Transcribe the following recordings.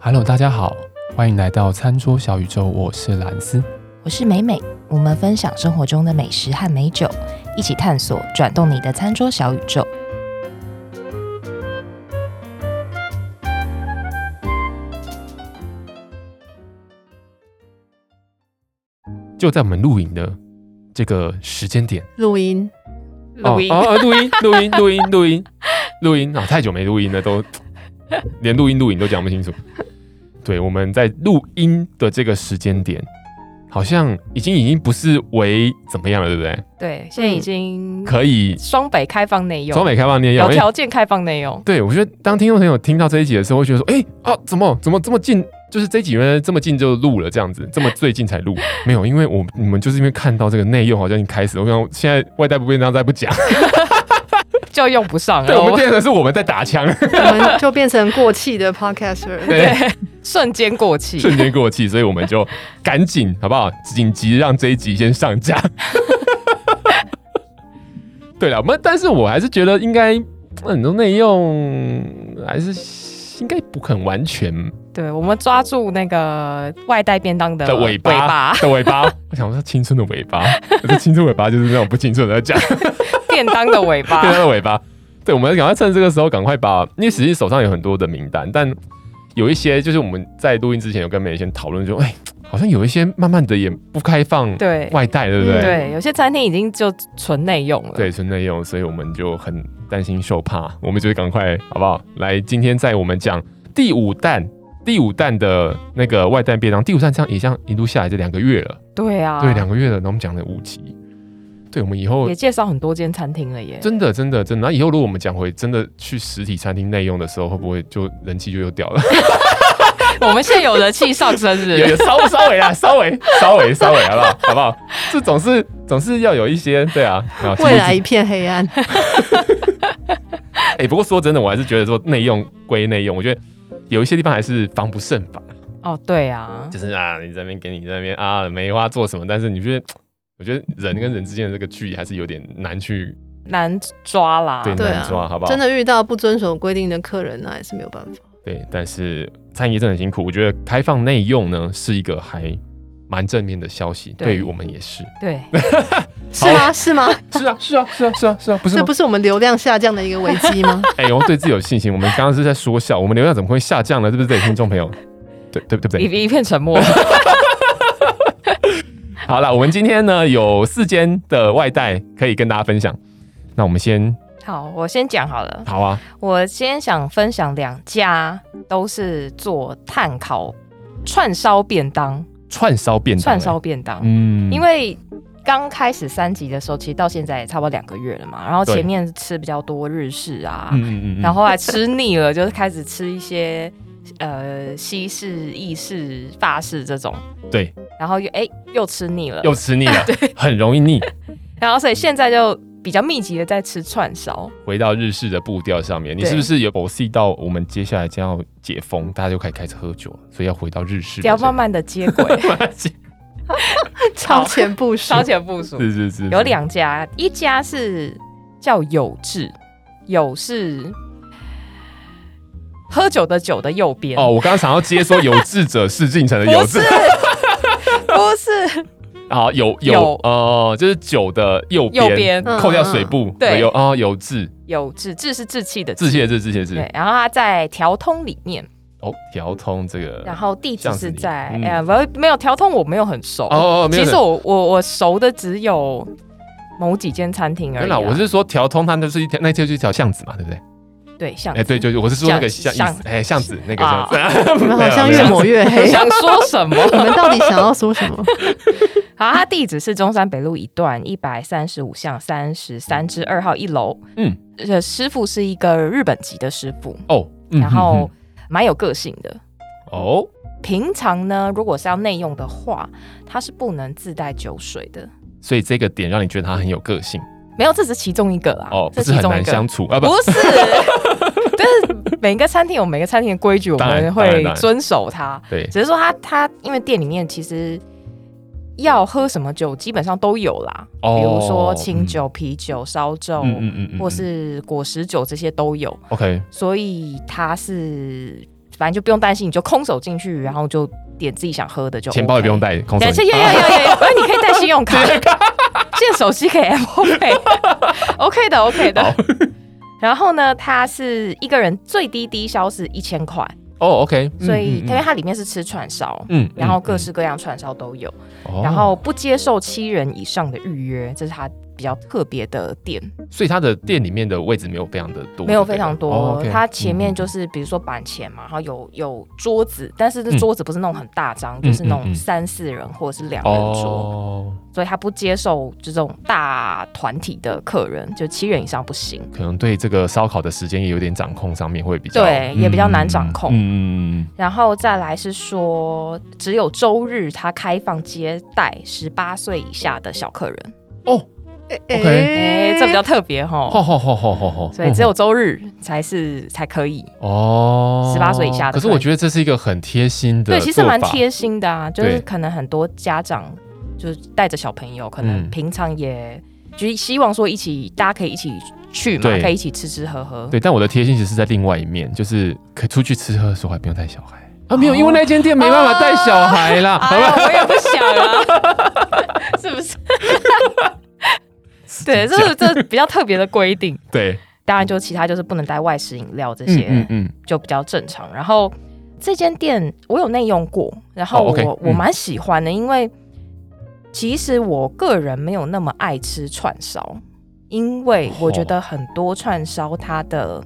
Hello，大家好，欢迎来到餐桌小宇宙，我是蓝斯。我是美美，我们分享生活中的美食和美酒，一起探索转动你的餐桌小宇宙。就在我们录影的这个时间点，录音，嗯录音哦，哦哦录音，录音，录音，录音，录音啊！太久没录音了， 都连录音录影都讲不清楚。对，我们在录音的这个时间点，好像已经已经不是为怎么样了，对不对？ 对，现在嗯已经可以双北开放内用，中美开放内有容。哎条件开放内用，对，我觉得当听众朋友听到这一集的时候，会觉得说，哎、啊，怎么怎么这么近？就是这一集原来这么近就录了，这样子，这么最近才录， 没有，因为我你们就是因为看到这个内用好像已经开始，我想现在外带不便当再不讲，就用不上 对，我们了，变成是我们在打枪，我们就变成过气 的 podcaster。对，瞬间过期。瞬间过气，所以我们就赶紧好不好？紧急让这一集先上架。 对了，我们但是我还是觉得应该很多内用还是应该不很完全对，我们抓住那个外带便当的的尾巴尾巴的尾巴。 我想说青春的尾巴，可是青春尾巴就是那种不青春的讲，便当的尾 巴对，它的尾巴。对，我们赶快趁这个时候赶快把，因为实际手上有很多的名单，但有一些就是我们在录音之前有跟美先讨论，说哎，好像有一些慢慢的也不开放对嗯外带，对不对？对，有些餐厅已经就纯内用了。对，纯内用，所以我们就很担心受怕，我们就赶快好不好？来，今天在我们讲第五弹。第五弹的那个外弹便当，第五弹这样也像一路下来这两个月了，对啊，对，两个月了。然后我们讲了五集，对，我们以后也介绍很多间餐厅了耶。真的真的真的，那以后如果我们讲回真的去实体餐厅内用的时候，会不会就人气就又掉了？ 我们现在有人气上升日，有有稍微稍微 啦，稍微稍微稍微，好不好？好不好？这总是总是要有一些对啊，啊未来一片黑 暗，哎、不过说真的，我还是觉得说内用归内用，我觉得有一些地方还是防不胜防，哦，对啊，就是啊，你在那边给你在那边啊梅花做什么，但是你觉得，我觉得人跟人之间的这个距离还是有点难去难抓啦。对对啊难抓，好不好？真的遇到不遵守规定的客人，啊那也是没有办法。对，但是餐饮业真的很辛苦，我觉得开放内用呢是一个还蛮正面的消息，对对于我们也是，对，是吗？是吗？ 是啊，是啊，是啊，是啊，是啊，不是这吗不？是我们流量下降的一个危机 吗？哎、我们对自己有信心，我们刚刚是在说笑，我们流量怎么会下降呢？对不对，听众朋友？ 对对对不对？一一片沉默。好了，我们今天呢有四间的外带可以跟大家分享。那我们先 好，我先讲好了。好啊，我今天想分享两家都是做炭烤串烧便当，串烧便当、串烧哎，便当，嗯因为。刚开始三级的时候，其实到现在也差不多两个月了嘛。然后对前面吃比较多日式啊，嗯然后后来吃腻了，就是开始吃一些呃西式、意式、法式这种。对，然后又哎、又吃腻了，又吃腻 了，很容易腻。然后所以现在就比较密集的在吃串烧。回到日式的步调上面，你对是不是有剖析到我们接下来将要解封，大家就可以开始喝酒了，所以要回到日式的只要慢慢的接轨，这个 是超前部署超，前部署。是是，有两家，一家是叫有志，有是喝酒的酒的右边哦，，我刚刚想要接说有志者事竟成的有不志是 不是，啊，有有有哦，就是酒的右边，右边嗯扣掉水部，对有哦有志，有志志是志气的致谢的志致谢的对志，，然后它在调通里面，哦调通这个，然后地址巷子是里在嗯哎不、没有调通我没有很熟，哦哦没有其实很我我我熟的只有某几间餐厅而没已啦，啊、我是说调通，它就是一条，那就是一条巷子嘛，对不对？对像哎、对，就是我是说那个巷，巷哎、巷子那个巷啊子， 你们好像没有没越有抹越 黑。想说 什么？ 你们到底想要说什么？好，它地址是中山北路一段一百三十五巷三十三至二号一楼。嗯，呃，师傅是一个日本籍的师傅，哦，嗯然后嗯蛮有个性的。嗯哦，平常呢，如果是要内用的话，他是不能自带酒水的。所以这个点让你觉得他很有个性没有，这只是其中一个啦。哦，不这是其很中一难个。相处啊，不不 是，但是每个餐厅有每个餐厅的规矩，我当然们当然会当然遵守它。对，只是说他他因为店里面其实要喝什么酒基本上都有啦，哦比如说清酒、啤酒、烧酒，嗯嗯嗯嗯嗯或是果实酒这些都有， OK，所以它是反正就不用担心，你就空手进去，然后就点自己想喝的就、钱包也不用。带，空手对，这要要要 要，而哎你可以带信用 卡，现在手机可以 Apple Pay，OK 的 OK 好的。 然后呢，它是一个人最低低消是一千块，哦，OK，嗯所嗯以嗯因为它里面是吃串烧，嗯，然后各嗯，式各样串烧都有。嗯哦然后不接受七人以上的预约，这是它比较特别的点，所以他的店里面的位置没有非常的多，没有非常多。它他前面就是比如说板前嘛，然后有有桌子，但是这嗯桌子不是那种很大张，嗯就是那嗯嗯种三四人或者是两人桌，哦，所以它不接受这种大团体的客人，就七人以上不行。可能对这个烧烤的时间也有点掌控，上面会比较对也比较难掌控嗯嗯嗯然后再来是说，只有周日它开放接待十八岁以下的小客人， OK 哎、这比较特别哈嗯，。吼吼吼吼吼吼，哦所以只有周日才是才可以，哦18岁以下的可是可以我觉得这是一个很贴心的做对，法，其实蛮贴心的啊，就对是可能很多家长就是带着小朋友，可能嗯平常也就是希望说一起，大家可以一起去嘛对，可以一起吃吃喝喝。对，但我的贴心其实是在另外一面，就是可以出去吃喝的时候还不用带小孩哦啊，没有，因为那间店没办法带小孩啦，好 哎吧呀，我也不想啊，是 不是？对，这是这是比较特别的规定。对，当然，就其他就是不能带外食饮料这嗯些，嗯嗯，就比较正常。然后这间店我有内用过，然后哦我、 ，OK，我嗯蛮喜欢的，因为其实我个人没有那么爱吃串烧，因为我觉得很多串烧它的、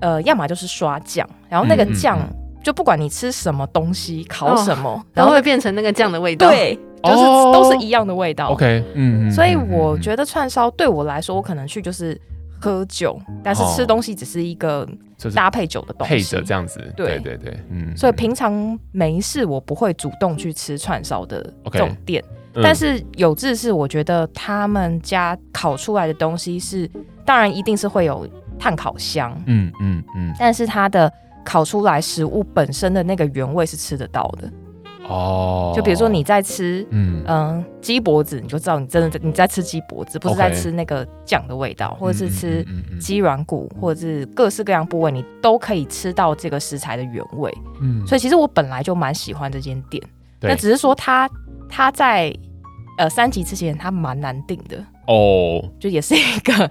呃，要么就是刷酱，然后那个嗯嗯酱、嗯就不管你吃什么东西，烤哦什么，然然后后会变成那个酱的味道。，对，就是、哦都是一样的味道。 ，OK，嗯，嗯所以嗯嗯我嗯觉得串烧对我来说，我可能去就是喝酒，但是哦吃东西只是一个就是搭配酒的东西，配着这样子，对对对对，嗯，所以平常没事，我不会主动去吃串烧的 OK 这种店。嗯但是有志是，我觉得他们家烤出来的东西是，当然一定是会有炭烤香，嗯嗯嗯，但是它的烤出来食物本身的那个原味是吃得到的。哦，就比如说你在吃。嗯嗯，鸡脖子你就知道你真的在你在吃鸡脖子，不是 OK 在吃那个酱的味道，或者是吃嗯嗯嗯嗯鸡软骨，或者是各式各样部位，你都可以吃到这个食材的原味。嗯所以其实我本来就蛮喜欢这间店，对那只是说它它在呃三级之前它蛮难订的，哦就也是一个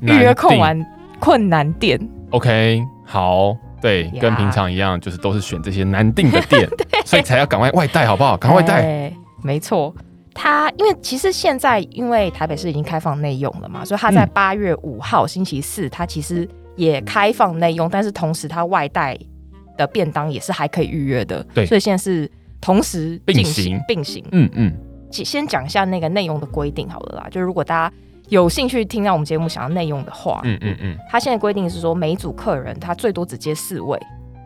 难预约控定完困难店。 ，OK，好。对呀跟平常一样，就是都是选这些难订的 店，所以才要赶快外带，好不好？赶快带。哎没错。它因为其实现在因为台北市已经开放内用了嘛，所以它在嗯八月五号星期四，它其实也开放内用，但是同时它外带的便当也是还可以预约的，对所以现在是同时并进行并行，嗯嗯，先先讲一下那个内容的规定好了啦，就是如果大家有兴趣听到我们节目想要内容的话，嗯嗯嗯它现在规定是说每一组客人他最多只接四位，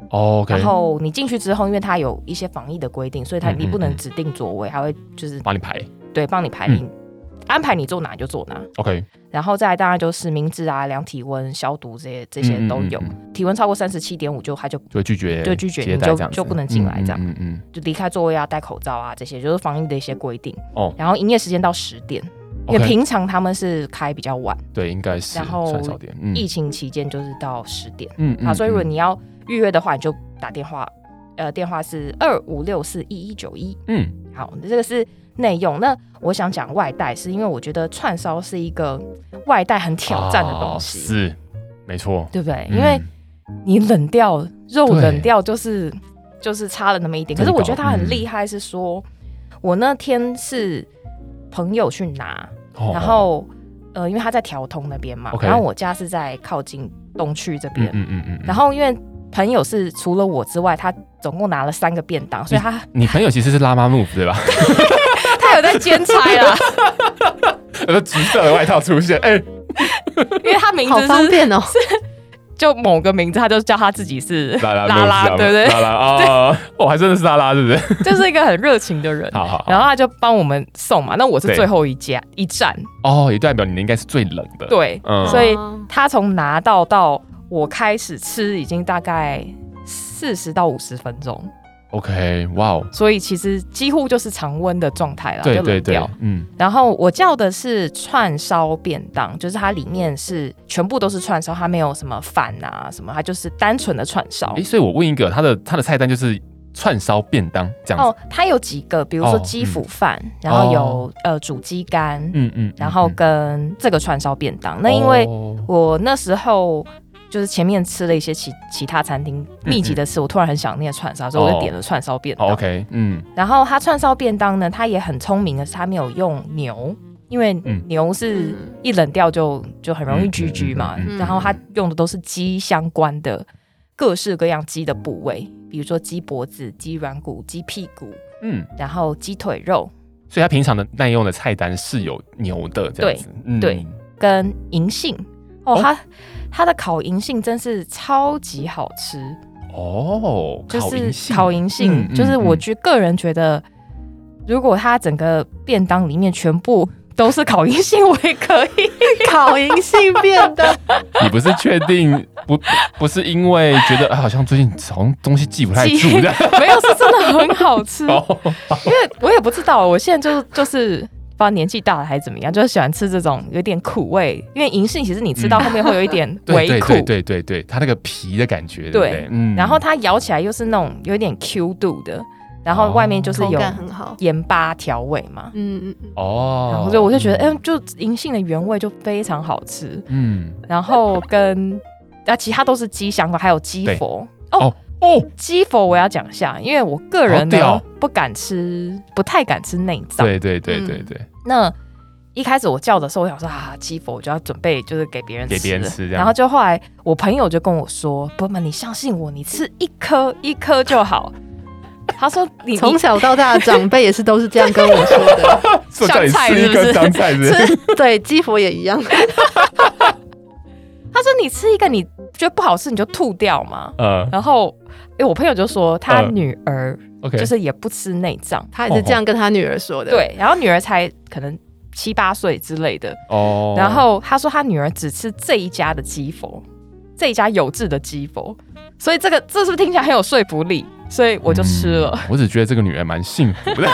，OK，然后你进去之后，因为它有一些防疫的规定，所以它嗯嗯你不能嗯指定座位，还会就是帮你排对帮你排嗯你、安排你坐哪就坐哪， ，OK，然后再来当然就是名字啊、量体温、消毒这些这些都有，嗯嗯体温超过三十七点五就它就就会拒绝，就拒绝接你待就这样子就不能进来这样嗯嗯嗯就离开座位啊、戴口罩啊这些就是防疫的一些规定，哦然后营业时间到十点。因 o 为 k 平常他们是开比较晚，对，应该是然后算少点，嗯疫情期间就是到十点、嗯啊，所以如果你要预约的话，你就打电话，呃，电话是二五六四一一九一。嗯好，这个是内用。那我想讲外带，是因为我觉得串烧是一个外带很挑战的东啊西，是没错，对不对？嗯因为你冷掉肉对冷掉，就是就是差了那么一点。可真是的我觉得他嗯很厉害，是说、我那天是朋友去拿，哦然后呃，因为他在调通那边嘛 OK 然后我家是在靠近东区这边嗯，嗯嗯嗯，然后因为朋友是除了我之外，他总共拿了三个便当， 所以他你朋友其实是拉妈 move 对吧？ 他有在兼差啦，呃，橘色的外套出现，哎， 因为他名好字方是便哦。就某个名字，他就叫他自己是拉拉拉拉，对不 对？拉拉啊，哦，还真的是拉拉，是不 是？就是一个很热情的人。好好，然后他就帮我们送嘛，那我是对最后一家一站，哦，也代表你应该是最冷的，，对，嗯 所 以哦他从拿到到我开始吃已经大概四十到五十分钟， OK，哇哦，所以其实几乎就是常温的状态啦，对就冷对对掉。，嗯，然后我叫的是串烧便当，就是它里面是全部都是串烧，它没有什么饭啊什么，它就是单纯的串烧诶，。所以我问一个，他的他的菜单就是串烧便当这样子，哦，它有几个，比如哦说嗯鸡脯饭，然后有、哦呃煮鸡肝，嗯嗯，嗯然后嗯跟这个串烧便当。那因为哦我那时候就是前面吃了一些其其他餐厅密集的吃，我突然很想念串烧，所以我嗯哦就点了串烧便当。哦 OK，嗯，然后它串烧便当呢，它也很聪明的是，它没有用牛，因为嗯牛是嗯一冷掉就就很容易嗯居居嘛。嗯嗯嗯然后它用的都是鸡相关的各式各样鸡的部位，比如说鸡脖子、鸡软骨、鸡屁股，嗯，然后鸡腿肉所以他平常的耐用的菜单是有牛的这样子，嗯对跟银杏。哦哦，它它的烤银杏真是超级好吃，哦，就银是杏烤银杏，嗯嗯就是我嗯觉个人觉得，如果它整个便当里面全部都是烤银杏，我也可 以。烤银杏便 当，你不是确定不不是因为觉得、啊、好像最近好像东西记不太住这样？没有，是真的很好吃。因哦，为我也不知道，我现在就就是不知道年纪大了还是怎么样，就是喜欢吃这种有点苦味，因为银杏其实你吃到后面会有一点 对微对苦，对对对对，它那个皮的感觉，对不对对？嗯然后它咬起来又是那种有点 Q 度的，然后外面就是口有感很好。盐巴调味嘛，嗯嗯嗯，然哦后，所以我就觉得，嗯，就银杏的原味就非常好吃，嗯，然后跟啊其他都是鸡相关，还有鸡对佛。哦哦，哦，鸡佛我要讲一下，因为我个人好屌呢不敢吃，不太敢吃内脏。对对对对嗯对，那一开始我叫的时候，我想说啊，鸡佛我就要准备就是给别人吃给了，别人吃这样然后就后来我朋友就跟我说：“伯门，你相信我，你吃一颗一颗就好。”他说：“你从你小到大的长辈也是都是这样跟我说 的，是我叫你上菜吃一是不个是香菜 是不是，对，基佛也一样。他说你吃一个你觉得不好吃你就吐掉嘛。”呃然后，哎、我朋友就说他嗯女儿，OK，就是也不吃内脏，他也是这样跟他女儿说的。，对，然后女儿才可能七八岁之类的，哦，然后他说他女儿只吃这一家的鸡佛，这一家有质的鸡佛，所以这个这是不是听起来很有说服力？所以我就吃了。嗯我只觉得这个女人蛮幸福 的。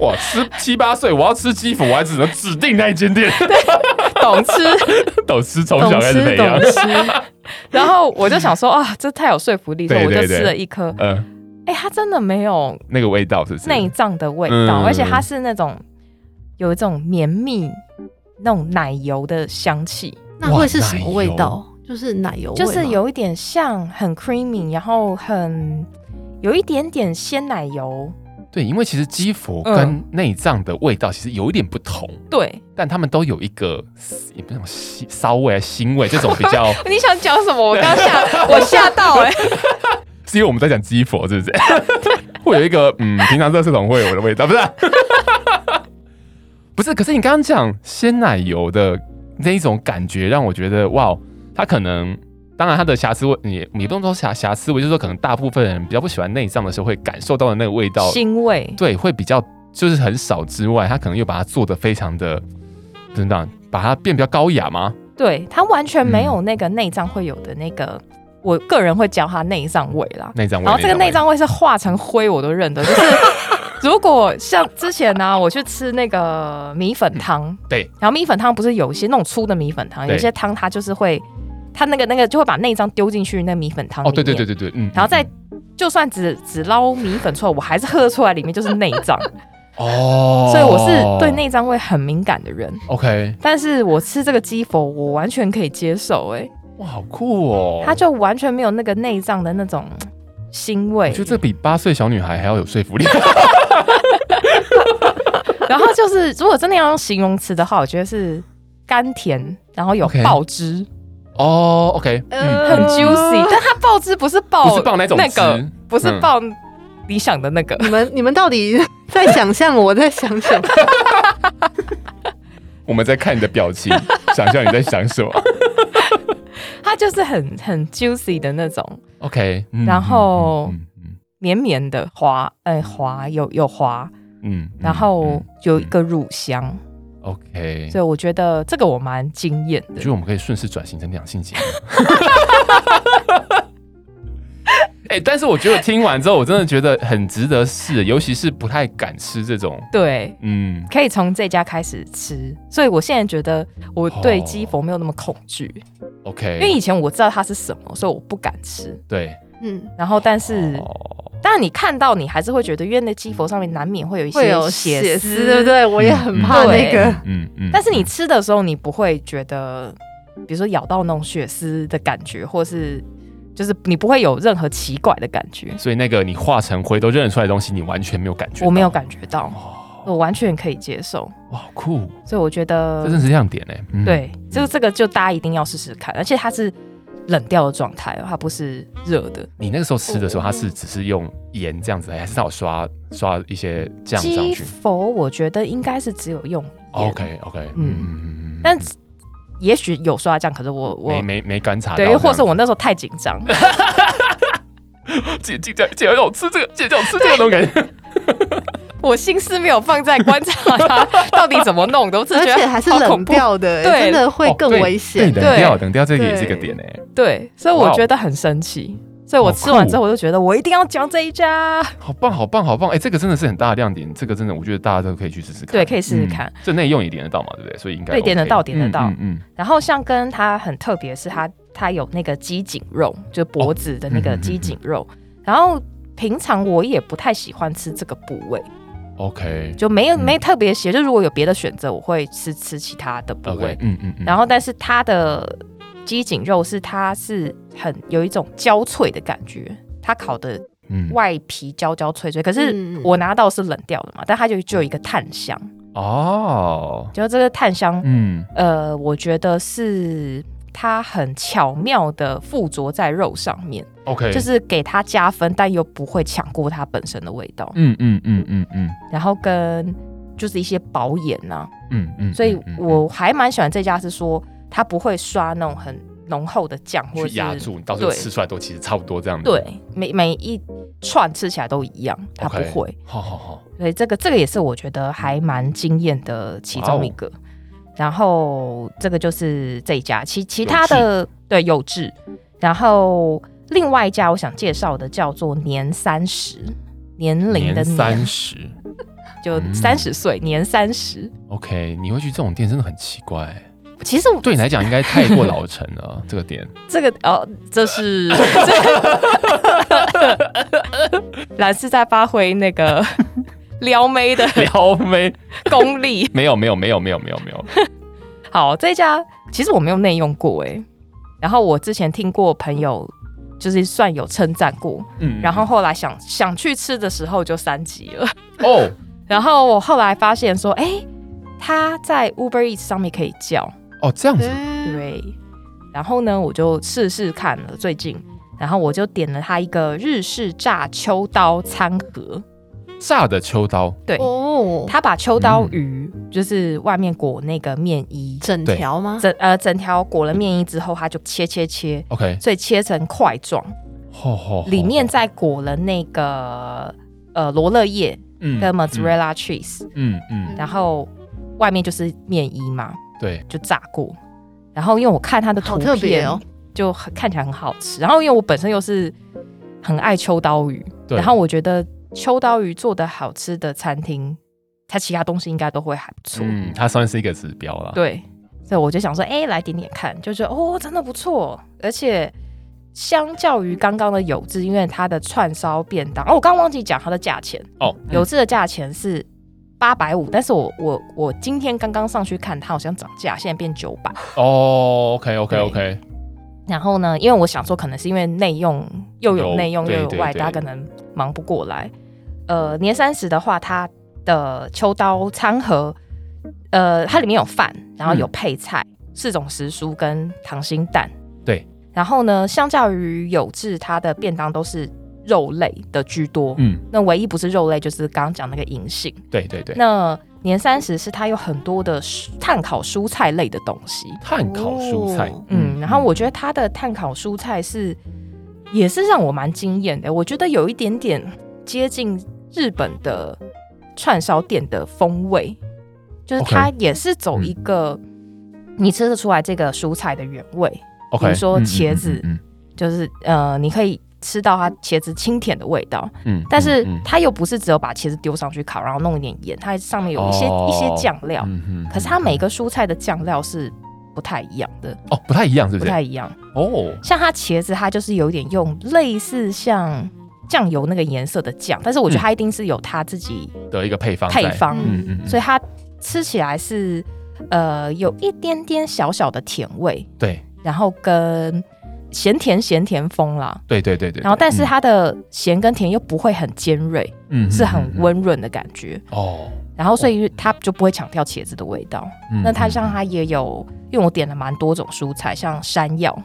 哇，十七八岁，我要吃鸡脯，我还只能指定那一间 店。懂 吃。懂吃从懂小开始培吃养懂。吃，然后我就想说啊，这太有说服力，所以对我对就对吃了一颗。呃，哎，它真的没有那个味道是不是？内脏的味道，嗯而且它是那种有一种绵密、那种奶油的香气，那会是什么味道？就是奶油味吗，就是有一点像很 creamy，然后很有一点点鲜奶油。对，因为其实鸡脯嗯跟内脏的味道其实有一点不同，对，但他们都有一个也不是那种腥骚味、啊腥味这种比较，你想讲什么？我刚吓， 我吓到哎、是因为我们在讲鸡脯，是不 是？会有一个嗯，平常热色桶会有的味道，不是 啊、不是，可是你刚刚讲鲜奶油的那一种感觉，让我觉得哇，它可能。当然，它的瑕疵味，你你不用说瑕瑕疵味，就是说可能大部分人比较不喜欢内脏的时候，会感受到的那个味道腥味，对，会比较就是很少之外，他可能又把它做的非常的，怎么讲，把它变比较高雅吗？对，它完全没有那个内脏会有的那个，我个人会叫它内脏味啦。内脏味，然后这个内味脏味是化成灰我都认得，就是 如果像之前呢、我去吃那个米粉汤，对，然后米粉汤不是有一些那种粗的米粉汤，对有一些汤它就是会，它那个那个就会把内脏丢进去那米粉汤里哦，面，对对对，对对，嗯，然后再嗯就算只只捞米粉出来，我还是喝得出来里面就是内脏，哦，所以我是对内脏味很敏感的人。 OK，但是我吃这个鸡佛，我完全可以接受、欸，哇，好酷哦，它就完全没有那个内脏的那种腥我味觉，得这比八岁小女孩还要有说 服力，然后就是，如果真的要用形容词的话，我觉得是甘甜，然后有 OK 爆汁哦，OK，嗯，呃很 juicy，但它爆汁不是爆，不是爆那种那汁个，不是嗯爆理想的那个， 你们你们到底在想象我在想什么？我们在看你的表 情，想象你在想什么它就是很很 juicy 的那种， ，OK，嗯然后嗯嗯绵绵的滑，呃，滑有有滑，嗯嗯，嗯然后嗯有一个乳香， OK，所以我觉得这个我蛮惊艳我的觉。得我们可以顺势转型成两性节目。 哎、但是我觉得听完之后，我真的觉得很值得试，尤其是不太敢吃这种，对，嗯，可以从这家开始吃。所以我现在觉得我对哦鸡佛没有那么恐惧，因为 OK，以前我知道它是什么，所以我不敢吃。对， 嗯，然后，但是，哦，当然你看到你还是会觉得，因为那鸡佛上面难免会有一会有些血丝，丝，对不？对？我也很怕那个。嗯嗯但是你吃的时候，你不会觉得，比如说咬到那种血丝的感觉，或是就是你不会有任何奇怪的感觉。所以那个你化成灰都认得出来的东西，你完全没有感觉，我没有，感觉到，哦，我完全可以接受。哇，好酷，所以我觉这得真，是亮点哎、嗯，对，就这个就大家一定要试试看，而且它是冷掉的状态哦，它不是热的。你那个时候吃的时候，它是只是用盐这样子，还是它有刷刷一些酱上鸡去佛我觉得应该是只有用盐？OK OK，嗯嗯嗯嗯，但也许有刷酱，可是我我没没没观察到这对，样又子，或是我那时候太紧张， 姐姐姐姐让我吃这个，姐姐让我吃这个那种感觉， 我心思没有放在观察 它到底怎么弄的，我只是而觉且得还是好冷恐怖。掉的、对真的会更危哦险。对，对对冷掉冷掉，这个也是个点哎、对，所以哇我哦觉得很神奇。所以我好吃完酷之后，我就觉得我一定要讲这一家。好棒好棒好棒，哎、这个真的是很大的亮点，这个真的我觉得大家都可以去试试看，对可以试试看嗯，这内用也点得到嘛，对不对？所以应该、对点得到点得到嗯嗯然后像跟它很特别是它它有那个鸡颈肉，就脖子的那哦个嗯鸡颈肉。然后平常我也不太喜欢吃这个部位，嗯，OK 就没有嗯没特别写。就如果有别的选择，我会吃吃其他的部位 OK，。嗯嗯嗯，然后但是它的鸡颈肉是它是很有一种焦脆的感觉，它烤的嗯外皮焦焦脆脆，可是嗯我拿到是冷掉的嘛，但它就就有一个炭香，哦，就这个炭香，嗯呃，我觉得是。它很巧妙的附着在肉上面， ，OK，就是给它加分，但又不会抢过它本身的味道。嗯嗯嗯嗯嗯然后跟就是一些保养啊，嗯嗯，所以嗯嗯我还蛮喜欢这家，是说它不会刷那种很浓厚的酱，或者去压是住，你到时候对吃出来都其实差不多这样子。对，每每一串吃起来都一样，它不 OK 会。好好好，所以这个这个也是我觉得还嗯蛮惊艳的其中一哦个。然后这个就是这一家，其其他的对有志，然后另外一家我想介绍的叫做年三十，年龄的年年，三十就嗯三十岁，年三十。 ，OK，你会去这种店真的很奇怪，其实我对你来讲应该太过老成 了这个店。这个哦，这是 这 蓝是在发挥那个撩妹的撩妹功力。没有没有没有没有没有没有，好，这家其实我没有内用过哎，然后我之前听过朋友就是算有称赞过，嗯然后后来想想去吃的时候就三级了， 哦，然后我后来发现说，哎、他在 Uber Eats 上面可以叫，哦这样子，对，对，然后呢我就试试看了最近，然后我就点了他一个日式炸秋刀餐盒，炸的秋刀，对。哦，它他把秋刀嗯鱼，就是外面裹那个面衣，整条吗？整呃整条裹了面衣之后，他就切切切， OK，所以切成块状，吼吼，吼里面再裹了那个呃罗勒叶嗯跟嗯 mozzarella cheese，、嗯嗯，然后外面就是面衣嘛，对，就炸过。然后因为我看它的好图特别片，哦，就很看起来很好吃。然后因为我本身又是很爱秋刀鱼，对然后我觉得秋刀鱼做的好吃的餐厅，它其他东西应该都会还不错。嗯，它算是一个指标了。对，所以我就想说，哎、来点点看，就觉得哦，真的不错，而且。相较于刚刚的有志，因为它的串烧便当，哦，我刚忘记讲它的价钱，哦，有志的价钱是八百五，但是我我我今天刚刚上去看，它好像涨价，现在变九百。哦，OK OK OK，然后呢，因为我想说，可能是因为内用又有有内用又有对对外，对大家可能忙不过来。呃，年三十的话，它的秋刀餐盒，呃，它里面有饭，然后有配菜、四种时蔬跟溏心蛋。对。然后呢，相较于有志，它的便当都是肉类的居多。嗯，那唯一不是肉类，就是刚刚讲那个银杏。对对对，那年三十是它有很多的蔬碳烤蔬菜类的东西。碳烤蔬菜哦，嗯，然后我觉得它的碳烤蔬菜是也是让我蛮惊艳的，我觉得有一点点接近日本的串烧店的风味，就是它也是走嗯一个你吃得出来这个蔬菜的原味， OK，比如说嗯嗯茄子嗯嗯嗯就是呃，你可以吃到它茄子清甜的味道，嗯，但是嗯嗯它又不是只有把茄子丢上去烤，然后弄一点盐，它上面有一些、哦一些酱料，嗯哼可是它每个蔬菜的酱料是不太一样的，哦不太一样，是不不是？太一样。哦，像它茄子，它就是有一点用类似像酱油那个颜色的酱，但是我觉得嗯它一定是有它自己的一个配方在配，方，嗯嗯，嗯所以它吃起来是呃有一点点小小的甜味，对然后跟咸甜咸甜风啦，对对对对，然后但是嗯它的咸跟甜又不会很尖锐，嗯是嗯很嗯嗯温润的感觉，哦，然后所以它就不会强调茄子的味道。嗯那它像嗯它也有，因为我点了蛮多种蔬菜，像山药，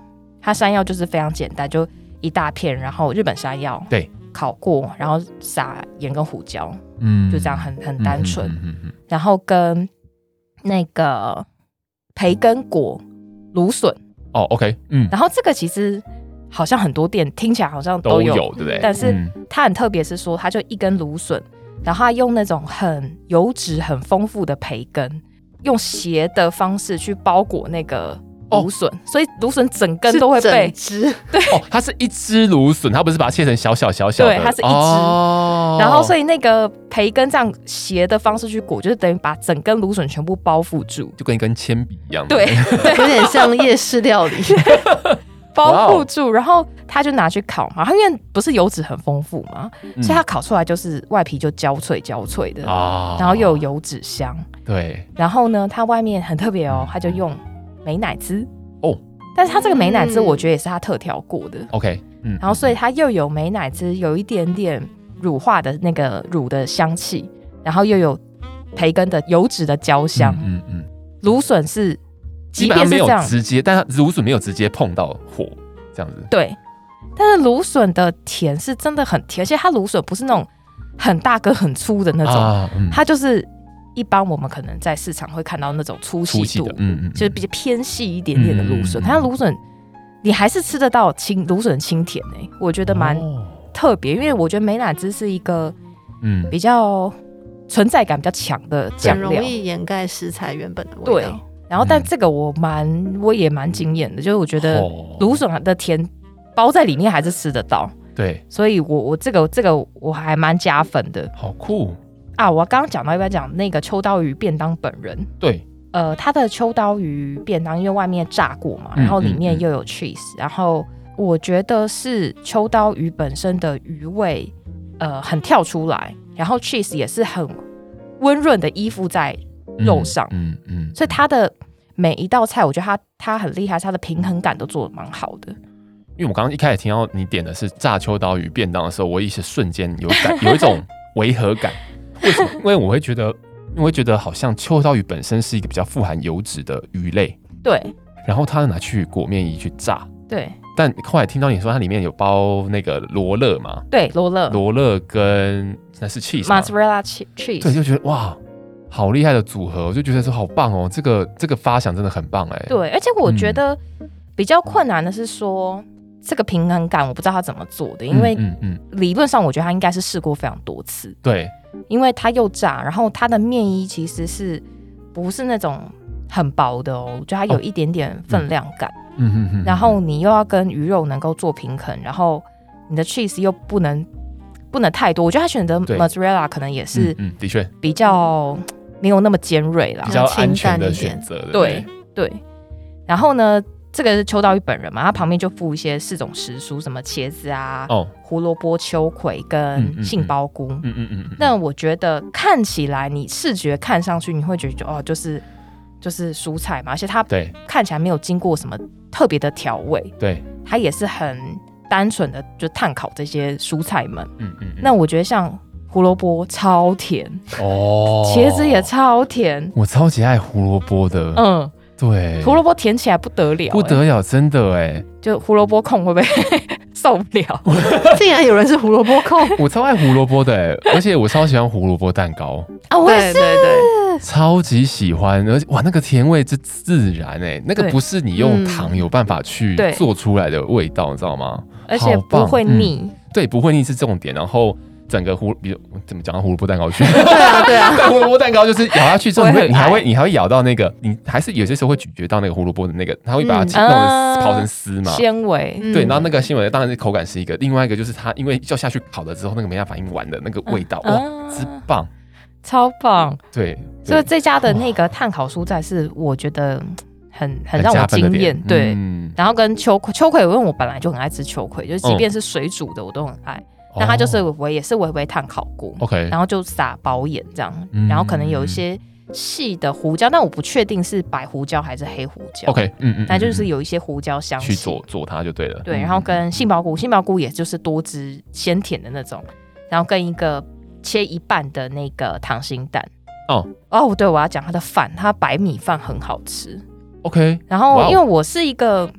它山药就是非常简单，就一大片，然后日本山药，对，烤过，然后撒盐跟胡椒，嗯就这样很很单纯，嗯嗯嗯嗯嗯然后跟那个培根果、芦笋，哦，OK，嗯，然后这个其实好像很多店听起来好像都都有，对不对？但是嗯它很特别是说，它就一根芦笋，然后它用那种很油脂很丰富的培根，用斜的方式去包裹那个芦笋，所以芦笋整根都会被整只，哦，它是一只芦笋，它不是把它切成小小小小的，对它是一只哦然后所以那个培根这样斜的方式去裹，就是等于把整根芦笋全部包覆住，就跟一根铅笔一样，对， 有点像夜市料 理。包覆住，然后他就拿去烤嘛，它因为不是油脂很丰富嘛，嗯所以它烤出来就是外皮就焦脆焦脆的，啊然后又有油脂香，对然后呢，它外面很特别哦，它就用美乃滋嗯哦，但是它这个美乃滋嗯我觉得也是它特调过的， ，OK，嗯，然后所以它又有美乃滋，有一点点乳化的那个乳的香气，然后又有培根的油脂的焦香，嗯嗯嗯，芦笋是基即本上没便是这有样，直接，但它芦笋没有直接碰到火，这样子，对，但是芦笋的甜是真的很甜，而且它芦笋不是那种很大个很粗的那种，啊，嗯，它就是一般我们可能在市场会看到那种粗细粗度，细的，嗯嗯，就是比较偏细一点点的芦笋，嗯嗯嗯嗯它芦笋你还是吃得到清芦笋的清甜诶、我觉得蛮哦特别，因为我觉得美乃滋是一个嗯比较存在感比较强的酱很容料，易掩盖食材原本的味对道。。然后，但嗯这个我蛮我也蛮惊艳的，就是我觉得哦芦笋的甜包在里面还是吃得到，对，所以我我这个这个我还蛮加分的好酷，啊！我刚刚讲到一般讲那个秋刀鱼便当本人，对，呃，它的秋刀鱼便当因为外面炸过嘛，嗯然后里嗯面嗯又有 cheese，、然后我觉得是秋刀鱼本身的鱼味，呃，很跳出来，然后 cheese 也是很温润的依附在，肉嗯上嗯嗯，所以它的每一道菜，我觉得它它很厉害，它的平衡感都做得蛮好的。因为我刚刚一开始听到你点的是炸秋刀鱼便当的时候，我一时瞬间有 感有一种违和感。为什么？因为我会觉得，因为我会觉得好像秋刀鱼本身是一个比较富含油脂的鱼类，对然后它拿去裹面衣去炸。对但后来听到你说它里面有包那个罗勒嘛，对，罗勒罗勒跟那是 cheese 吗嗯 mozzarella che- cheese，对，就觉得哇，好厉害的组合，我就觉得说好棒哦，这个这个发想真的很棒哎。对，而且我觉得比较困难的是说、这个平衡感，我不知道他怎么做的，嗯，因为嗯嗯，理论上我觉得他应该是试过非常多次，对，因为它又炸，然后它的面衣其实是不是那种很薄的哦，我觉得它有哦一点点分量感，嗯嗯嗯，然后你又要跟鱼肉能够做平衡，然后你的 cheese 又不能不能太多，我觉得他选择对 mozzarella 可能也嗯是嗯，的确比较没有那么尖锐啦比，较比较清安全淡的一选点择，对不对对，然后呢，这个是秋刀鱼本人嘛，他旁边就附一些四种食蔬，什么茄子啊、哦，胡萝卜、秋嗯葵嗯跟杏鲍菇。嗯嗯嗯，嗯那我觉得看起来，你视觉看上去，你会觉得哦，就是就是蔬菜嘛，而且它对看起来没有经过什么特别的调味，对，它也是很单纯的就碳烤这些蔬菜们。嗯嗯，嗯那我觉得像胡萝卜超甜，哦，茄子也，超甜，我超级爱胡萝卜的，嗯，对，胡萝卜甜起来不得了、不欸得了，真的 哎，就胡萝卜控会不会 受不了？竟然有人是胡萝卜控，我超爱胡萝卜的哎，而且我超喜欢胡萝卜蛋糕，啊，我也对对是，对，超级喜欢，而且哇，那个甜味之自然哎，那个对不是你用嗯糖有办法去对做出来的味道，你知道吗？嗯而且不会腻。对，不会腻是重点，然后整个胡，比如怎么讲到胡萝卜蛋糕去？对啊，对啊，但胡萝卜 蛋糕就是咬下去之后，你我会也很你还爱会你还会咬到那个，你还是有些时候会咀嚼到那个胡萝卜的那个，它会把它嗯切弄成啊刨成丝嘛。纤维，对，嗯然后那个新闻当然是口感是一个，另外一个就是它因为要下去烤了之后，那个没办法反应完的那个味道，哇，啊之棒！超棒！对，所以对这家的那个碳烤蔬菜是我觉得嗯很很很让加我分的惊点艳，对。嗯，然后跟秋葵，秋葵，因为我本来就很爱吃秋葵，就是即嗯便是水煮的我都很爱。那它就是哦我也是微微炭烤过， OK，然后就撒保盐这样嗯，然后可能有一些细的胡椒，但我不确定是白胡椒还是黑胡椒。 OK，嗯嗯，但就嗯是嗯有一些胡椒香去气做。做它就对了。对，嗯然后跟杏鲍菇，杏鲍菇也就是多汁鲜甜的那种，然后跟一个切一半的那个溏心蛋。哦哦，对，我要讲它的饭，它白米饭很好吃。 OK，然哇哦后因为我是一个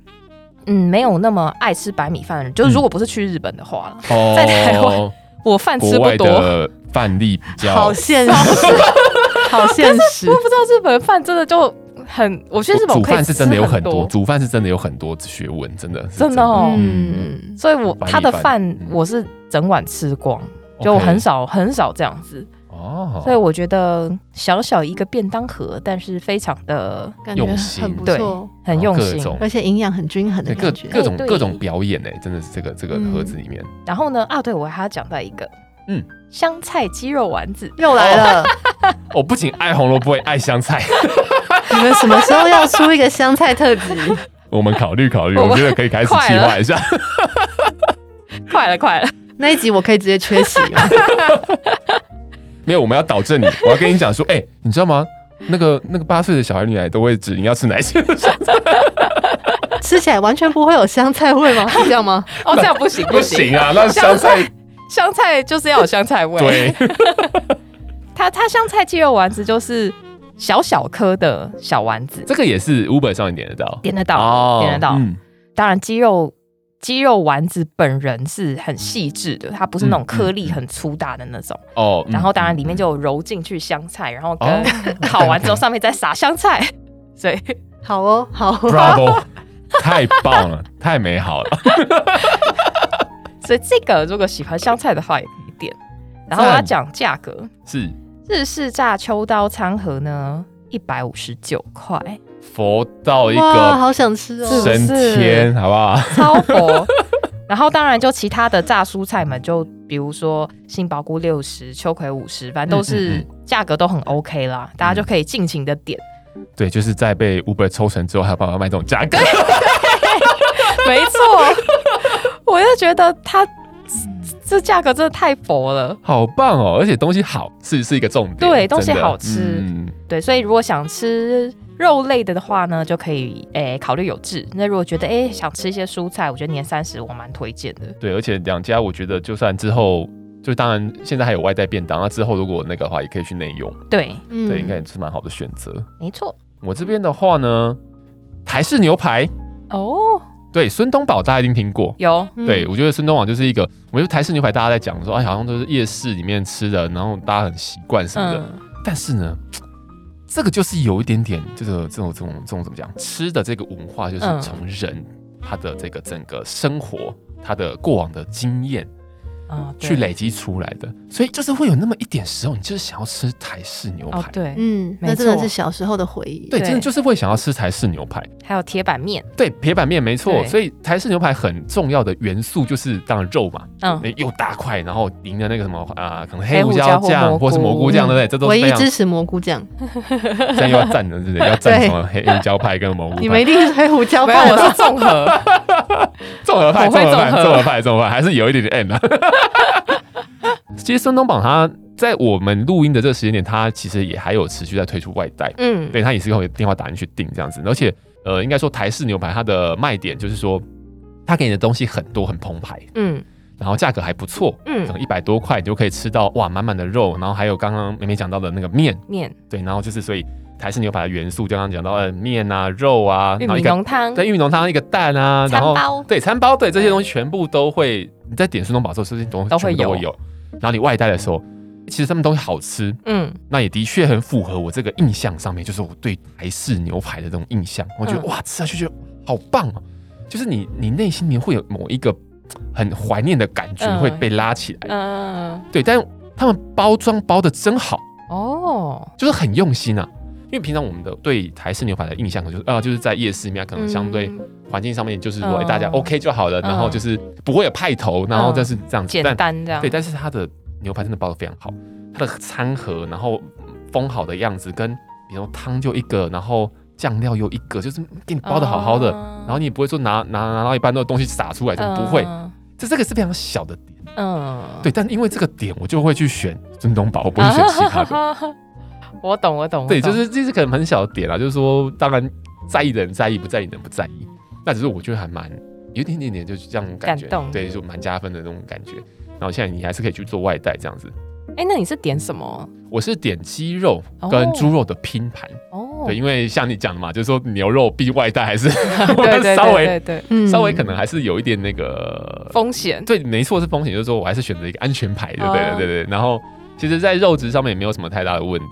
嗯没有那么爱吃白米饭的人，就是嗯如果不是去日本的话，哦，在台湾我饭吃国不外多。的范例比较好现实，好现实我。不知道日本饭真的就很，我去日本煮我可以饭是真的有吃很多多，，煮饭是真的有很多学问，真的是真的哦嗯嗯，所以我白米他的饭饭嗯我是整碗吃光，就我 OK 很少很少这样子，哦，所以我觉得小小一个便当盒，但是非常的感用觉心很不对错，很用哦各心。种而且营养很均衡对的各感觉。各种对对各种表演呢，欸真的是这个这个盒子里面然后呢，啊，对我还要讲到一个，嗯嗯，香菜鸡肉丸子，又来了，哦我不仅爱红萝卜，也爱香菜。你们什么时候要出一个香菜特辑？我们考虑考虑， 我我觉得可以开始计划一下。 快了快了，那一集我可以直接缺席吗？没有，我们要导正你，我要跟你讲说，哎，你知道吗？那个那个八岁的小孩女孩都会指你要吃哪些 香菜，吃起来完全不会有香菜味吗？是这样吗？哦，这样不行不行，行啊，那香菜香菜就是要有香菜味。对， 它它香菜鸡肉丸子就是小小颗的小丸子，这个也是 Uber 上面点得到，点得到，哦点得到。嗯当然，鸡肉鸡肉丸子本人是很细致的，它不是那嗯种颗粒很粗大的那种。哦，嗯然后，当然里面就有揉进去香菜，然后跟、哦 烤完之后上面再撒香菜。所以好哦，好哦 Bravo，太棒了，太美好了。所以这个如果喜欢香菜的话也可以点。然后我要讲价格，是日式炸秋刀餐盒呢，一百五十九块，佛到一哦哇，个好想吃是哦！升天，好不好？ 超薄。然后当然就其他的榨蔬菜们，就比如说杏鲍菇六十、秋葵五十，反正都嗯嗯嗯是价格都很 OK 啦，大家就可以尽情的点。对，就是在被 Uber 抽成之后，还有办法卖这种 价格。没错， 我就觉得它嗯这这价格真的太薄了。好棒哦！而且东西好是是一个重点，对真的东西好吃嗯，对，所以如果想吃肉类的话呢，就可以诶、考虑有志。那如果觉得诶、想吃一些蔬菜，我觉得年三十我蛮推荐的。对，而且两家我觉得就算之后。就当然，现在还有外带便当，那之后如果那个的话，也可以去内用，对，嗯对，应该也是蛮好的选择。没错。我这边的话呢，台式牛排，哦，对，孙东宝大家一定听过，有嗯对，，我觉得孙东宝就是一个，我觉得台式牛排大家在讲说，哎，好像都是夜市里面吃的，然后大家很习惯什么的。嗯，但是呢，这个就是有一点点，就是这种这种这种怎么讲，吃的这个文化，就是嗯从人他的这个整个生活，他的过往的经验啊去累积出来的，所以就是会有那么一点时候，你就是想要吃台式牛哦排，，对，嗯，那没真的错是小时候的回忆。对，对真的就是会想要吃台式牛排。还有铁板面，对，铁板面没错，对所以台式牛排很重要的元素就是当然肉嘛，嗯，诶又大块，然后淋的那个什么啊、呃可能黑胡胡椒椒或酱蘑或是蘑菇菇酱，对嗯不对？这都唯是非一常支持蘑菇酱，现在又要蘸了，对不对？要蘸对什么黑胡椒派跟蘑菇派？你们一定是黑胡椒没有，派我吧是？综合，综合派，我综会合派，综合综合派，综合派，还是有一点点 M 啊。 其实孙东宝他在我们录音的这个时间点，他其实也还有持续在推出外带， 嗯，对他也是用电话打进去订这样子。而且呃，应该说台式牛排它的卖点就是说，它给你的东西很多，很澎湃，嗯然后价格还不错，可嗯，能一百多块你就可以吃到哇满满的肉，然后还有刚刚美美讲到的那个面，面、对，然后就是所以台式牛排的元素，刚刚讲到呃面啊肉啊，玉然后米一个浓汤，对，玉米浓汤一个蛋啊，然餐后包对餐包，对这些东西全部都会，你在点顺东宝之后，这些东西都全会部都会有有。然后你外带的时候，其实他们东西好吃，嗯，那也的确很符合我这个印象上面，就是我对台式牛排的这种印象，我觉得、嗯哇，吃下去觉得好棒哦、就是你你内心里面会有某一个很怀念的感觉嗯会被拉起来。嗯，对，但他们包装包的真好，哦，就是很用心啊。因为平常我们的对台式牛排的印象，就是啊、就是在夜市里面可能相对嗯环境上面，就是说、哎嗯大家 OK 就好了，然后嗯就是不会有派头，然后嗯就是这样子。简但单这样，对，但是它的牛排真的包的非常好，它的餐盒，然后封好的样子，跟比如说汤就一个，然后酱料又一个，就是给你包的好好的，嗯然后你也不会说拿拿拿到一半的东西洒出来，就不会。这这个是非常小的点，嗯，对，但因为这个点，我就会去选尊东宝，我不会选其他 的。的。嗯我懂，我懂，我对，懂就是这是可能很小的点啦，就是说，当然在意的人在意，不在意的人不在意。那只是我觉得还蛮有一点点点，就是这样感觉，感动对，就蛮加分的那种感觉。然后现在你还是可以去做外带这样子。哎，那你是点什么？我是点鸡肉跟猪肉的拼盘，哦，对，因为像你讲的嘛，就是说牛肉必外带还是 对 对稍微对对，对嗯稍微可能还是有一点那个，风险，对，没错是风险，就是说我还是选择一个安全牌，对对哦对对对。然后其实，在肉质上面也没有什么太大的问题，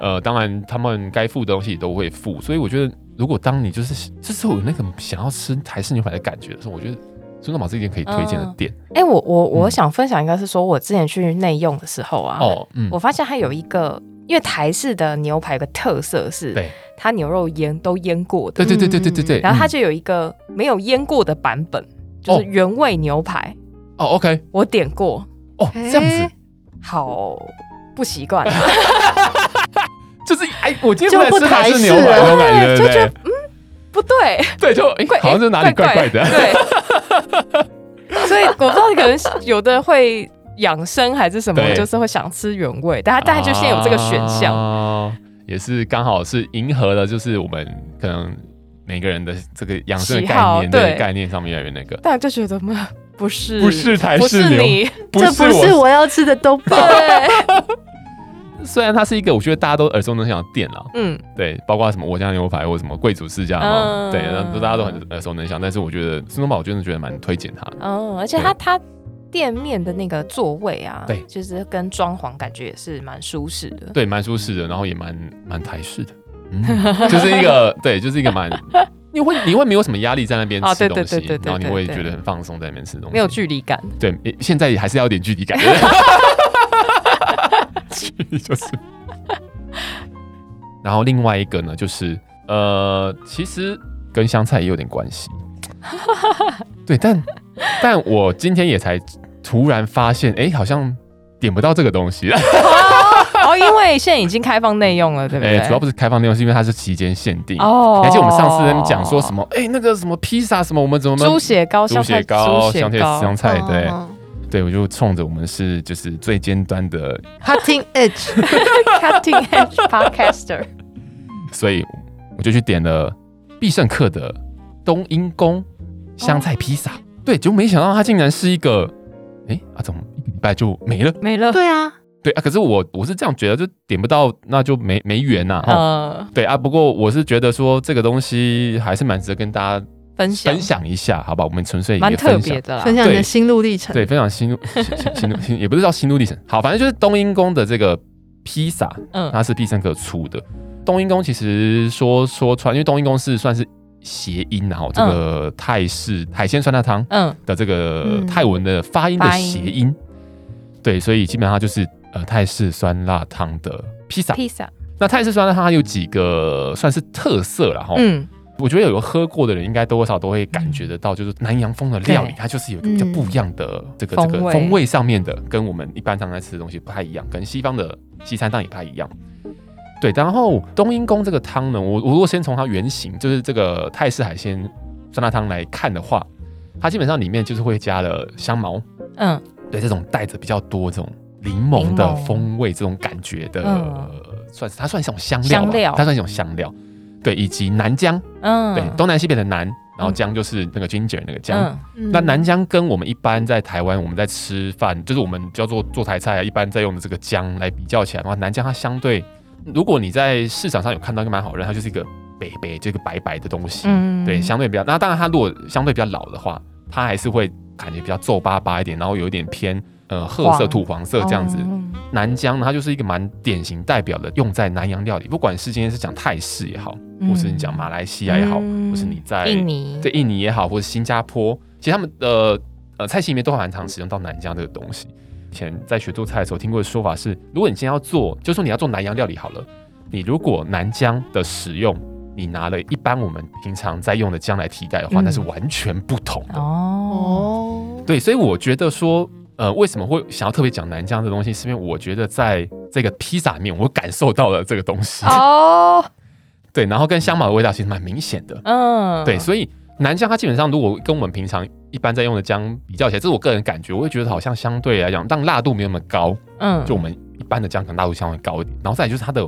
呃，当然他们该付的东西也都会付，所以我觉得，如果当你就是就是有那个想要吃台式牛排的感觉的时候，我觉得孙东宝是一间可以推荐的店哎，我我我嗯想分享一个，是说我之前去内用的时候啊，哦，嗯我，发现它有一个，因为台式的牛排有个特色是，对它牛肉腌都腌过的对，对对对对对对，然后它嗯就有一个没有腌过的版本，就是原味牛排，哦 OK 我点过，哦这样子哎。好不习惯，啊就是哎，我今就天回来不吃台台式式牛排那种感觉，对就不觉对得？嗯 不对，对，就哎、怪好像就哪里怪怪的。对， 所以我不知道可能是有的会养生还是什么，对就是会想吃原味，但它啊大概就先有这个选项。哦，也是刚好是迎合了，就是我们可能每个人的这个养生的喜概好念，对对概念上面越来越那个，但就觉得嘛，不是不是台不式是牛， 你，不这不是我。我要吃的都饱。对，虽然它是一个我觉得大家都耳熟能详的店啦，嗯，对，包括什么我家牛排或什么贵族世家嘛，嗯对，然后都大家都很耳熟能详。但是我觉得苏东宝，我真的觉得蛮推荐它的。哦，而且它它店面的那个座位啊，对就是跟装潢感觉也是蛮舒适的。对，蛮舒适的，然后也蛮蛮台式的，嗯，就是一个对，就是一个 蛮，你会你会没有什么压力在那边哦吃对东西，对对对对然后你对会对觉得很放松在那边吃东西，没有距离感， 对，诶现在还是要有点距离感，距离就是。然后另外一个呢，就是呃，其实跟香菜也有点关 系，对，但但我今天也才突然发现，哎，好像点不到这个东西。哦，因为现在已经开放内用了，对不哎、对？主要不是开放内容，是因为它是期间限定。哦而且我们上次跟你讲说什么，哎、那个什么披萨什么，我们怎么猪血糕、猪香菜血糕、猪血香菜、香糕，嗯菜，对、哦对，我就冲着我们是就是最尖端的， ，Cutting Edge， Cutting Edge Podcaster，所以我就去点了必胜客的冬阴功香菜披萨。对，就没想到它竟然是一个，哎、啊，怎么一个礼拜就没了？没了。对啊，对啊，可是我我是这样觉得，就点不到，那就没没缘呐、哈、呃，对啊，不过我是觉得说这个东西还是蛮值得跟大家分享分享一下，好吧？我们纯粹蛮也特分享别，的啦分，享你对的心路历程。啊对，分享心路心心心路心也不是叫心路历程，好，反正就是冬阴功的这个披萨，嗯它是必胜客出的。冬阴功其实说说穿，因为冬阴功是算是谐音啊，然后这个泰式海鲜酸辣汤嗯，的这个嗯泰文的发音的发音谐音，对，所以基本上就是呃泰式酸辣汤的披萨。披萨，那泰式酸辣汤它有几个算是特色啦，哈，嗯，我觉得有喝过的人应该多少都会感觉得到，就是南洋风的料理对，嗯它就是有一个比较不一样的这个这风味个风味上面的，跟我们一般常在吃的东西不太一样，跟西方的西餐当然也不太一样。对，然后冬阴功这个汤呢，我我如果先从它原型，就是这个泰式海鲜酸辣汤来看的话，它基本上里面就是会加了香茅，嗯，对，这种带着比较多这种柠檬柠的檬风味，这种感觉的，嗯算是它算是一种香料吧，啊香料它算是一种香料，对，以及南姜。嗯，对，东南西北的南，然后姜就是那个 ginger 那个姜。嗯，嗯那南姜跟我们一般在台湾我们在吃饭，就是我们叫做做台菜啊，一般在用的这个姜来比较起来的话，南姜它相对，如果你在市场上有看到一个蛮好认，它就是一个北北这个白白的东西，嗯对，相对比较。那当然它如果相对比较老的话，它还是会感觉比较皱巴巴一点，然后有一点偏呃褐色黄土黄色这样子。嗯南姜呢，它就是一个蛮典型代表的，用在南洋料理，不管是今天是讲泰式也好，或是你讲马来西亚也好，嗯或是你在印尼，在印尼也好，或者新加坡，其实他们的呃菜系里面都很常使用到南姜这个东西。以前在学做菜的时候听过的说法是，如果你今天要做，就说你要做南洋料理好了，你如果南姜的使用，你拿了一般我们平常在用的姜来替代的话，嗯那是完全不同的。哦，哦，对，所以我觉得说，呃，为什么会想要特别讲南姜这东西，是因为我觉得在这个披萨里面，我感受到了这个东西。哦，对，然后跟香茅的味道其实蛮明显的。嗯，对，所以南姜它基本上如果跟我们平常一般在用的姜比较起来，这是我个人感觉，我会觉得好像相对来讲，但辣度没有那么高，嗯就我们一般的姜可能辣度相对高一点，然后再来就是它的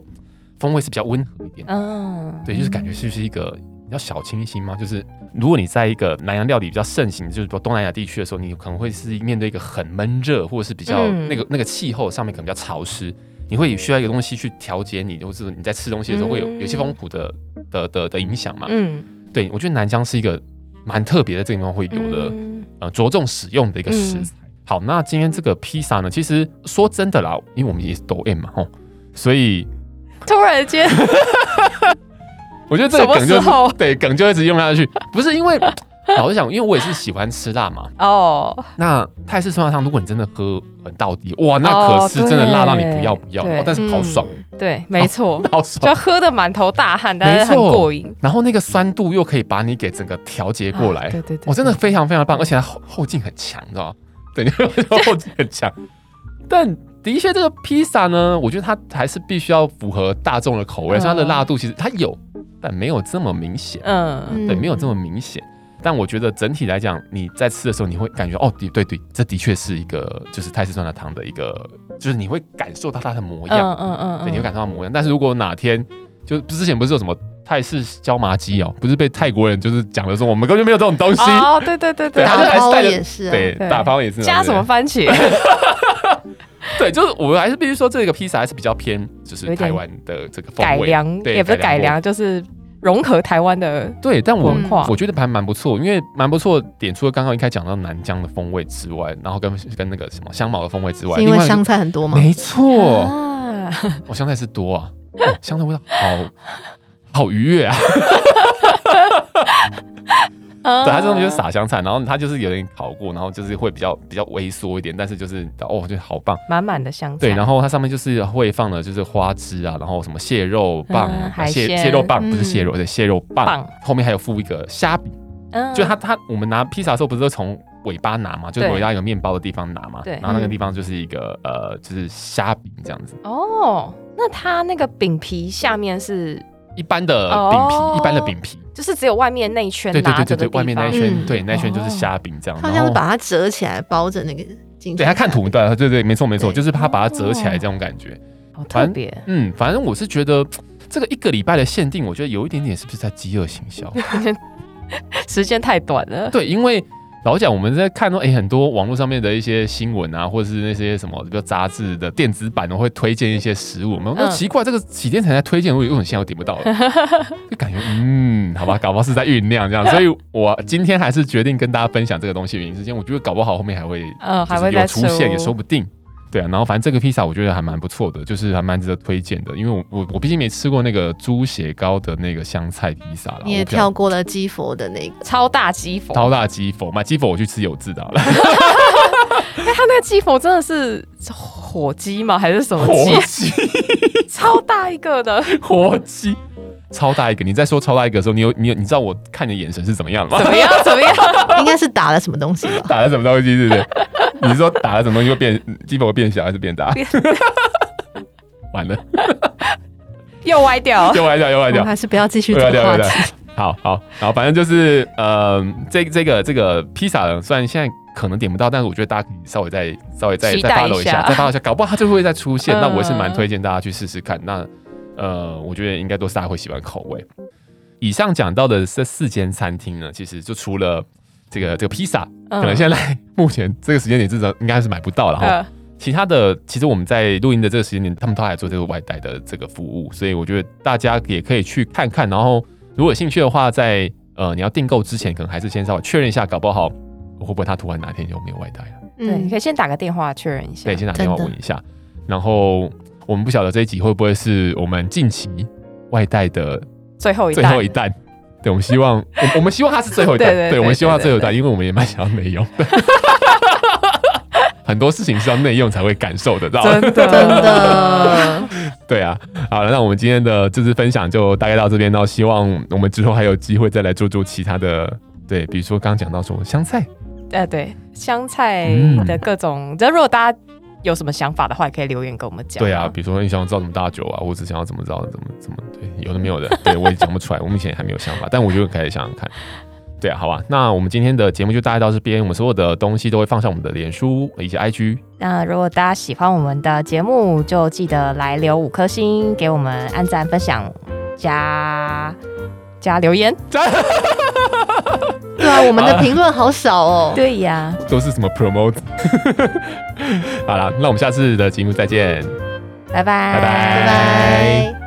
风味是比较温和一点，嗯，对，就是感觉是不是一个比较小清新嘛？就是如果你在一个南洋料理比较盛行，就是比如东南亚地区的时候，你可能会是面对一个很闷热，或者是比较嗯那个、那个气候上面可能比较潮湿，你会需要一个东西去调节你，或者你在吃东西的时候会有嗯有一些风土的的的的影响嘛？嗯对，我觉得南姜是一个蛮特别的，这个地方会有的、嗯呃着重使用的一个食材。好，那今天这个披萨呢，其实说真的啦，因为我们也是抖 M 嘛吼，所以突然间我觉得这个梗就什么时候是对梗就一直用下去，不是因为老实讲，因为我也是喜欢吃辣嘛。哦，那泰式酸辣汤，如果你真的喝很到底，哇，那可是哦真的辣到你对不要不要，对嗯哦但是好爽，嗯对，没错，好爽。就喝的满头大汗，但是很哦没错过瘾，然后那个酸度又可以把你给整个调节过来啊，对对对，我哦真的非常非常棒，而且它后后劲很强，你知道吗？ 对，后劲很强。但的确，这个披萨呢，我觉得它还是必须要符合大众的口味，嗯所以它的辣度其实它有，但没有这么明显，嗯，对，没有这么明显。但我觉得整体来讲，你在吃的时候，你会感觉哦，对对对，这的确是一个就是泰式酸辣汤的一个，就是你会感受到它的模嗯样，嗯嗯对，你会嗯，感受到模样。但是如果哪天就之前不是有什么泰式椒麻鸡哦，不是被泰国人就是讲的说我们根本就没有这种东西，哦，对对对对，对它打哎还是包带着也是啊，对，对打包也是加什么？ 番茄？对，对就是我还是必须说，这个披萨还是比较偏，就是有点台湾的这个风改味良对也不是改改良良，就是融合台湾的对，但我文化。我觉得还蛮不错，因为蛮不错的点，除了刚刚一开始讲到南姜的风味之外，然后跟跟那个什么香茅的风味之外，是因另为外一个香菜很多吗？没错，啊，哦，香菜是多啊， 哦香菜味道好好愉悦啊， 对，对它这种就是撒香菜，然后它就是有点烤过，然后就是会比较比较微缩一点，但是就是哦，我觉得好棒。满满的香菜，对，然后它上面就是会放的就是花枝啊，然后什么蟹肉棒、嗯啊海蟹鲜蟹肉棒嗯不是蟹肉，对，蟹肉棒，棒后面还有附一个虾饼，嗯就它它我们拿披萨的时候不是都从尾巴拿嘛，就是对尾巴有面包的地方拿嘛，对然后那个嗯地方就是一个呃就是虾饼这样子，哦，那它那个饼皮下面是一般的饼皮，哦一般的饼皮，就是只有外面那一圈对对拿对对着的对，地方，外面那一圈，嗯对那一圈就是哦虾饼这样，它好然像后是把它折起来包着那个金对针，它看图的，对对没错没错，对就是它把它折起来这种感觉，好哦特别，嗯，反正我是觉得。这个一个礼拜的限定，我觉得有一点点是不是在饥饿行销？时间太短了，对，因为老实讲我们在看到诶、很多网络上面的一些新闻啊，或者是那些什么比如杂志的电子版，我会推荐一些食物，我们说嗯奇怪，这个几天才在推荐，我为什么现在又点不到 了？就感觉嗯，好吧，搞不好是在酝酿这样，所以我今天还是决定跟大家分享这个东西，原因是因为我觉得搞不好后面还会嗯，还就是会有再出现也说不定。对啊，然后反正这个披萨我觉得还蛮不错的，就是还蛮值得推荐的，因为我我我毕竟没吃过那个猪血糕的那个香菜披萨了，你也我不晓跳过了基佛的那个， 超大鸡佛，超大鸡佛，买鸡佛我去吃有字的好了。 哎，它那个鸡佛真的是是火鸡吗？还是什么鸡？鸡，超大一个 的，火鸡，超大一个。你在说超大一个的时候，你有你有你知道我看你的眼神是怎么样吗怎？么样？怎么样？应该是打了什么东西吧？打了什么东西？是不是？ 你说打了什么东西会变鸡本会变小还是变大？ 完了，又 歪掉。又歪掉，又歪我掉们。还是不要继续这对啊对个啊话对啊题。好好，然后反正就是，呃，这这个这个披萨呢，虽然现在可能点不到，但是我觉得大家可以稍微再稍微再期再待一 follow 一下下，再 follow 一下，搞不好它就会再出现。 嗯那我是蛮推荐大家去试试看。那呃，我觉得应该都是大家会喜欢口味。以上讲到的这四间餐厅呢，其实就除了这个这个披萨，可能嗯现在目前这个时间点至少应该是买不到了哈。呃其他的，其实我们在录音的这个时间点，他们都还做这个外带的这个服务，所以我觉得大家也可以去看看。然后，如果有兴趣的话，在呃你要订购之前，可能还是先稍微确认一下，搞不好会不会他突然哪天就没有外带了。对，你嗯可，以先打个电话确认一下。对，先打电话真的问一下。然后我们不晓得这一集会不会是我们近期外带的最后一最弹后一弹。对，我们希望，我我们希望它是最后一弹。对对对我们希望它对对最后一弹，因为我们也蛮想要没用。 很多事情是要内用才会感受得到。真的真 的，对啊，好了，那我们今天的这次分享就大概到这边喽。希望我们之后还有机会再来做做其他的，对，比如说刚刚讲到说香菜，呃，对，香菜嗯的各种，就如果大家有什么想法的话，也可以留言跟我们讲。对啊，，比如说你想要造什么大酒啊，我只想要怎么造，怎么怎么，对，有的没有的，对我也讲不出来，我目前还没有想法，但我就开始想想看。对啊，好吧，那我们今天的节目就大概到这边，我们所有的东西都会放上我们的脸书以及 IG，那如果大家喜欢我们的节目，就记得来留五颗星给我们按赞、分享、加加留言。对啊，我们的评论好少哦。对呀，都是什么 promote。好啦，那我们下次的节目再见，拜拜，拜拜拜拜。